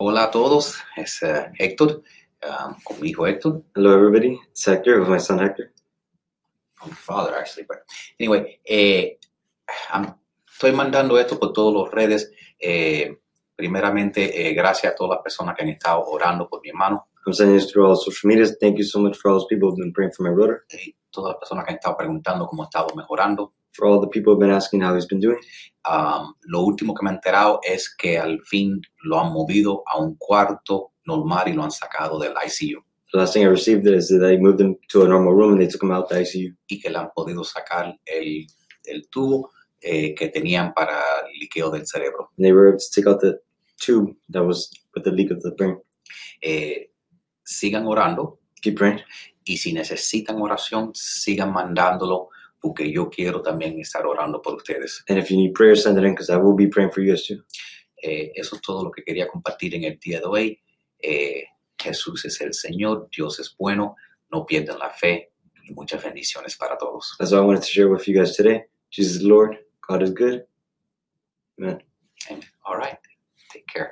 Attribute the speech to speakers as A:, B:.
A: Hola a todos, es eh, Héctor, um, con mi hijo Héctor,
B: Hello, everybody. It's Hector with my son Hector.
A: con mi father actually, but anyway, eh, am- estoy mandando esto por todas las redes. eh, primeramente, eh, gracias a todas las personas que han estado orando por mi hermano,
B: I'm sending this through all social medias. Thank you so much for all those people who've been praying for my brother,
A: eh, todas las personas que han estado preguntando cómo estaba mejorando.
B: for all the people who've been asking how he's been doing.
A: Um, lo último que me he enterado es que al fin lo han movido a un cuarto normal y lo han sacado del ICU
B: The last thing I received is that they moved him to a normal room and they took him out the ICU.
A: y que le han podido sacar el, el tubo eh, que tenían para el liqueo del cerebro.
B: And they were able to take out the tube that was with the leak of the brain.
A: eh, sigan orando
B: Keep praying.
A: y si necesitan oración, sigan mandándolo porque yo quiero también estar orando por ustedes.
B: And if you need prayer, send it in because I will be praying for you guys too.
A: Eh, eso es todo lo que quería compartir en el día de hoy. Eh, Jesús es el Señor, Dios es bueno, no pierdan la fe y muchas bendiciones para todos.
B: That's all I wanted to share with you guys today. Jesus is Lord. God is good. Amen.
A: Amen. All right, take care.